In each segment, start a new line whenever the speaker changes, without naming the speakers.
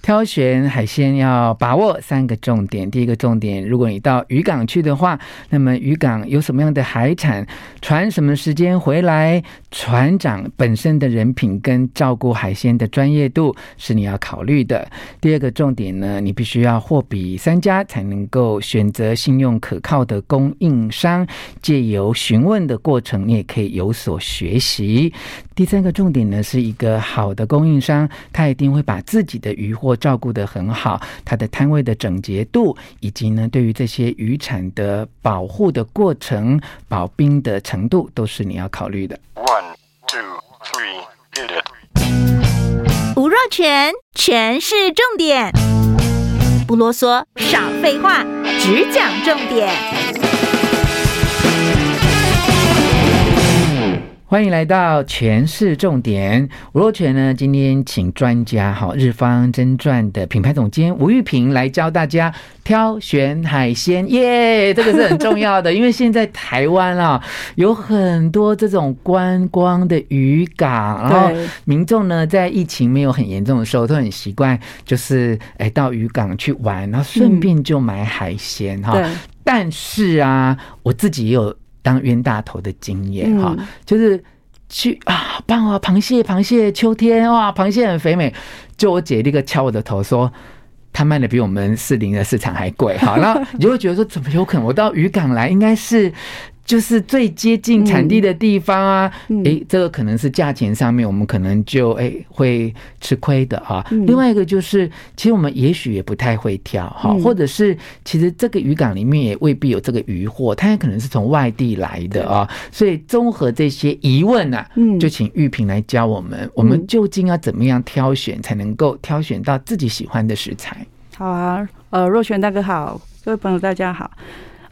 挑选海鲜要把握三个重点。第一个重点，如果你到渔港去的话，那么渔港有什么样的海产，船什么时间回来，船长本身的人品跟照顾海鲜的专业度是你要考虑的。第二个重点呢，你必须要货比三家，才能够选择信用可靠的供应商。借由询问的过程，你也可以有所学习。第三个重点呢，是一个好的供应商，他一定会把自己的渔货照顾得很好，他的摊位的整洁度，以及呢对于这些渔产的保护的过程、保冰的程度，都是你要考虑的。
One, two, three, hit it.
吴若全，全是重点，不啰嗦，少废话，只讲重点。
欢迎来到全市重点。吴若全呢，今天请专家哈日方真传的品牌总监吴玉平来教大家挑选海鲜，耶、这个是很重 要的，因为现在台湾啊有很多这种观光的渔港，然后
对
民众呢在疫情没有很严重的时候，都很习惯就是哎到渔港去玩，然后顺便就买海鲜哈、
嗯对，
但是啊，我自己也有当冤大头的经验哈、
嗯
就是去啊，好棒哦，螃蟹，螃蟹，秋天哇，螃蟹很肥美。就我姐立刻敲我的头说。他卖的比我们士林的市场还贵，好，然后你就会觉得说，怎么有可能？我到渔港来，应该是就是最接近产地的地方啊。
嗯嗯
诶，这个可能是价钱上面，我们可能就诶会吃亏的啊。
嗯
另外一个就是，其实我们也许也不太会挑哈，
嗯
或者是其实这个渔港里面也未必有这个渔货，它也可能是从外地来的啊。所以综合这些疑问啊，
嗯
就请玉萍来教我们，我们究竟要怎么样挑选，才能够挑选到自己喜欢的食材？
好啊，呃，若璇大哥好，各位朋友大家好。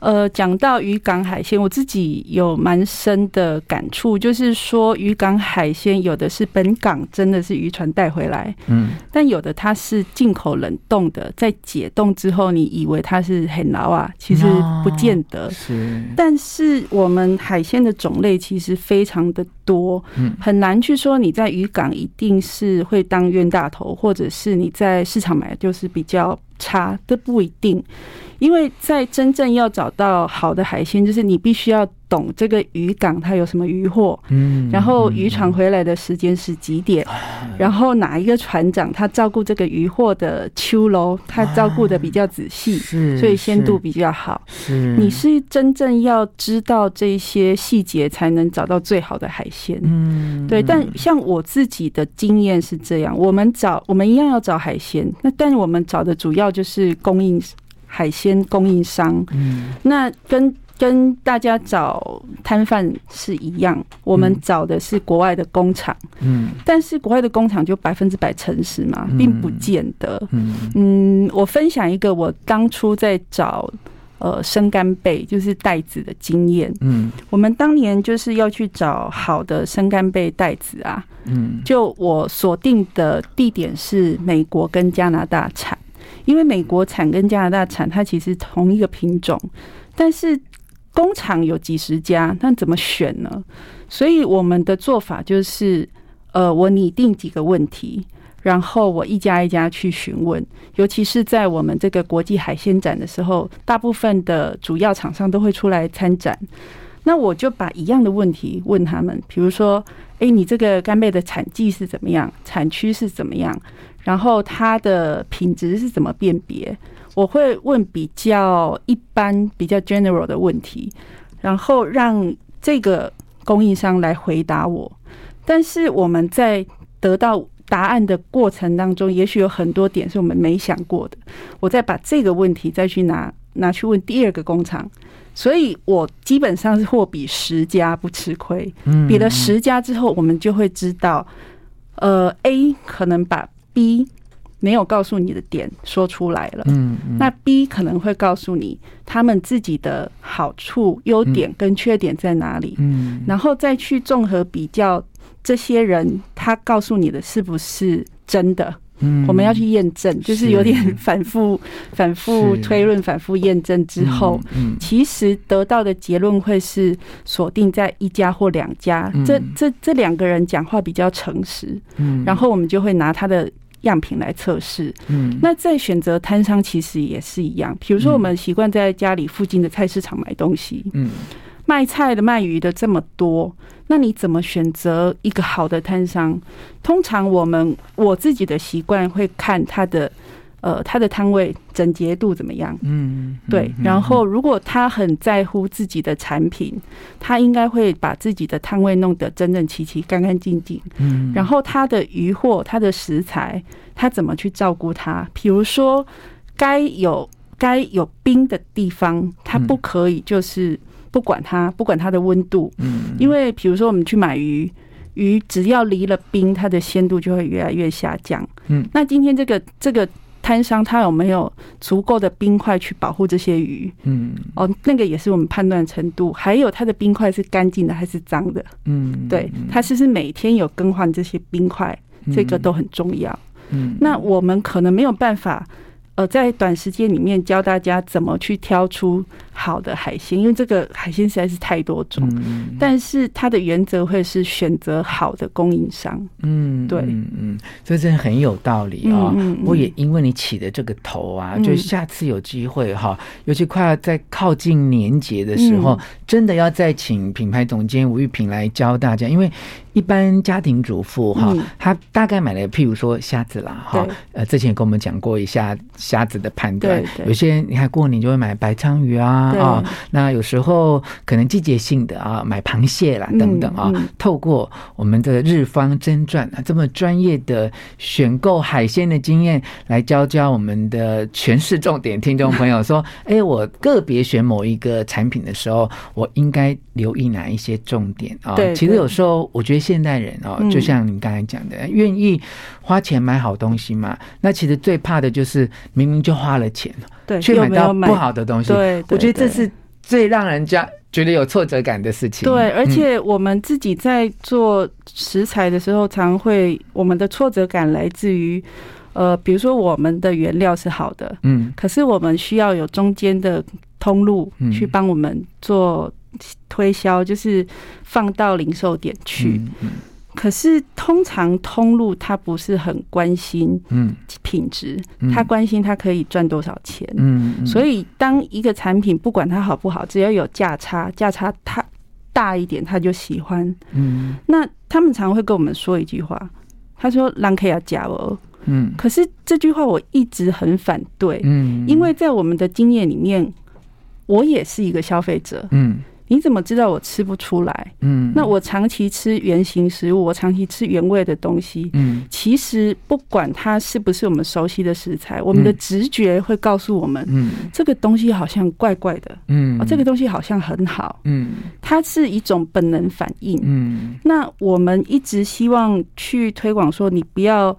呃，讲到渔港海鲜，我自己有蛮深的感触，就是说渔港海鲜有的是本港真的是渔船带回来，
嗯
但有的它是进口冷冻的，在解冻之后，你以为它是很牢啊，其实
No
不见得。
是，
但是我们海鲜的种类其实非常的多，
嗯
很难去说你在渔港一定是会当冤大头，或者是你在市场买的就是比较差，这不一定。因为在真正要找到好的海鲜，就是你必须要懂这个渔港它有什么渔货，
嗯
然后渔船回来的时间是几点，然后哪一个船长他照顾这个渔货的秋楼，他照顾的比较仔细，
是，
所以鲜度比较好。
是
你是真正要知道这些细节，才能找到最好的海鲜。
嗯
对，但像我自己的经验是这样，我们找我们一样要找海鲜，那但我们找的主要就是供应海鲜供应商，
嗯
那跟跟大家找摊贩是一样，我们找的是国外的工厂，
嗯
但是国外的工厂就百分之百诚实嘛，
嗯
并不见得。
嗯
嗯，我分享一个我当初在找呃生干贝，就是袋子的经验。
嗯
我们当年就是要去找好的生干贝袋子啊，
嗯
就我锁定的地点是美国跟加拿大产，因为美国产跟加拿大产它其实同一个品种，但是工厂有几十家，那怎么选呢？所以我们的做法就是，呃，我拟定几个问题。然后我一家一家去询问，尤其是在我们这个国际海鲜展的时候，大部分的主要厂商都会出来参展。那我就把一样的问题问他们，比如说，哎，你这个干贝的产季是怎么样，产区是怎么样，然后它的品质是怎么辨别？我会问比较一般、比较 general 的问题，然后让这个供应商来回答我。但是我们在得到答案的过程当中，也许有很多点是我们没想过的。我再把这个问题再去拿拿去问第二个工厂，所以我基本上是货比十家不吃亏。
嗯
比了十家之后，我们就会知道，呃，A 可能把 B 没有告诉你的点说出来了，
嗯嗯
那 B 可能会告诉你他们自己的好处、优点跟缺点在哪里，
嗯
然后再去综合比较这些人他告诉你的是不是真的，
嗯
我们要去验证，就是有
是
点反复、反复
是
推论、反复验证之后。
嗯
其实得到的结论会是锁定在一家或两家，
嗯
这这这两个人讲话比较诚实，
嗯
然后我们就会拿他的样品来测试。
嗯，
那在选择摊商其实也是一样，比如说我们习惯在家里附近的菜市场买东西，
嗯
卖菜的、卖鱼的这么多，那你怎么选择一个好的摊商？通常我们我自己的习惯会看他的，呃，他的摊位整洁度怎么样。
嗯，
对，然后如果他很在乎自己的产品，他应该会把自己的摊位弄得整整齐齐、干干净净。
嗯，
然后他的鱼货、他的食材，他怎么去照顾它？比如说，该有该有冰的地方，他不可以就是不管它，不管它的温度，
嗯
因为比如说我们去买鱼，鱼只要离了冰，它的鲜度就会越来越下降。
嗯，
那今天这个这个摊商他有没有足够的冰块去保护这些鱼？
嗯
哦，那个也是我们判断程度，还有它的冰块是干净的还是脏的？
嗯，
对，它是不是每天有更换这些冰块？这个都很重要。
嗯
那我们可能没有办法，呃，在短时间里面教大家怎么去挑出好的海鲜，因为这个海鲜实在是太多种。
嗯
但是它的原则会是选择好的供应商。
嗯嗯嗯，这真的很有道理啊。
嗯
我也因为你起的这个头啊，
嗯
就下次有机会哈，尤其快要在靠近年节的时候，
嗯
真的要再请品牌总监吴玉平来教大家，因为一般家庭主妇哈，
嗯
她大概买了，譬如说虾子啦哈
对，
呃，之前也跟我们讲过一下虾子的判断
对，对
有些人你看过年就会买白鲳鱼啊
对
啊，那有时候可能季节性的啊，买螃蟹啦
嗯
等等啊，
嗯
透过我们的日方真传啊这么专业的选购海鲜的经验，来教教我们的全市重点听众朋友说，哎，我个别选某一个产品的时候，我应该留意哪一些重点啊？
对
其实
对
有时候我觉得现代人哦，
嗯
就像你刚才讲的，愿意花钱买好东西嘛，那其实最怕的就是明明就花了钱，
对，
却
有
买
没
到
有
不好的东西。
对，对
我觉得这
对
是最让人家觉得有挫折感的事情。
对，而
嗯
且我们自己在做食材的时候，常会我们的挫折感来自于，呃，比如说我们的原料是好的，
嗯
可是我们需要有中间的通路
嗯
去帮我们做推销，就是放到零售点去。
嗯嗯
可是通常通路他不是很关心
嗯
品质
嗯，
他关心他可以赚多少钱。
嗯，嗯
所以当一个产品不管它好不好，只要有价差，价差它大一点他就喜欢。
嗯
那他们常会跟我们说一句话，他说“兰克亚假哦”，
嗯
可是这句话我一直很反对，
嗯，
因为在我们的经验里面，我也是一个消费者。
嗯
你怎么知道我吃不出来？
嗯，
那我长期吃原形食物，我长期吃原味的东西，
嗯
其实不管它是不是我们熟悉的食材，我们的
嗯
直觉会告诉我们，
嗯
这个东西好像怪怪的，
嗯
哦，这个东西好像很好，
嗯
它是一种本能反应。
嗯
那我们一直希望去推广说，你不要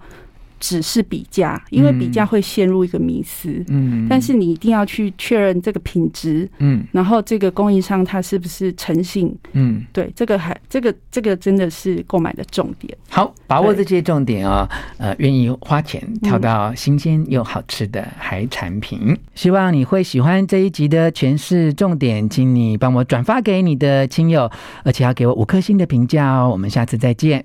只是比价，因为比价会陷入一个迷思。
嗯，
但是你一定要去确认这个品质，
嗯
然后这个供应商他是不是诚信？
嗯。
对，这个还这个这个真的是购买的重点。
好，把握这
对嗯
些重点啊、呃，愿意花钱挑到新鲜又好吃的海产品。希望你会喜欢这一集的全市重点，请你帮我转发给你的亲友，而且要给我五颗星的评价哦。我们下次再见。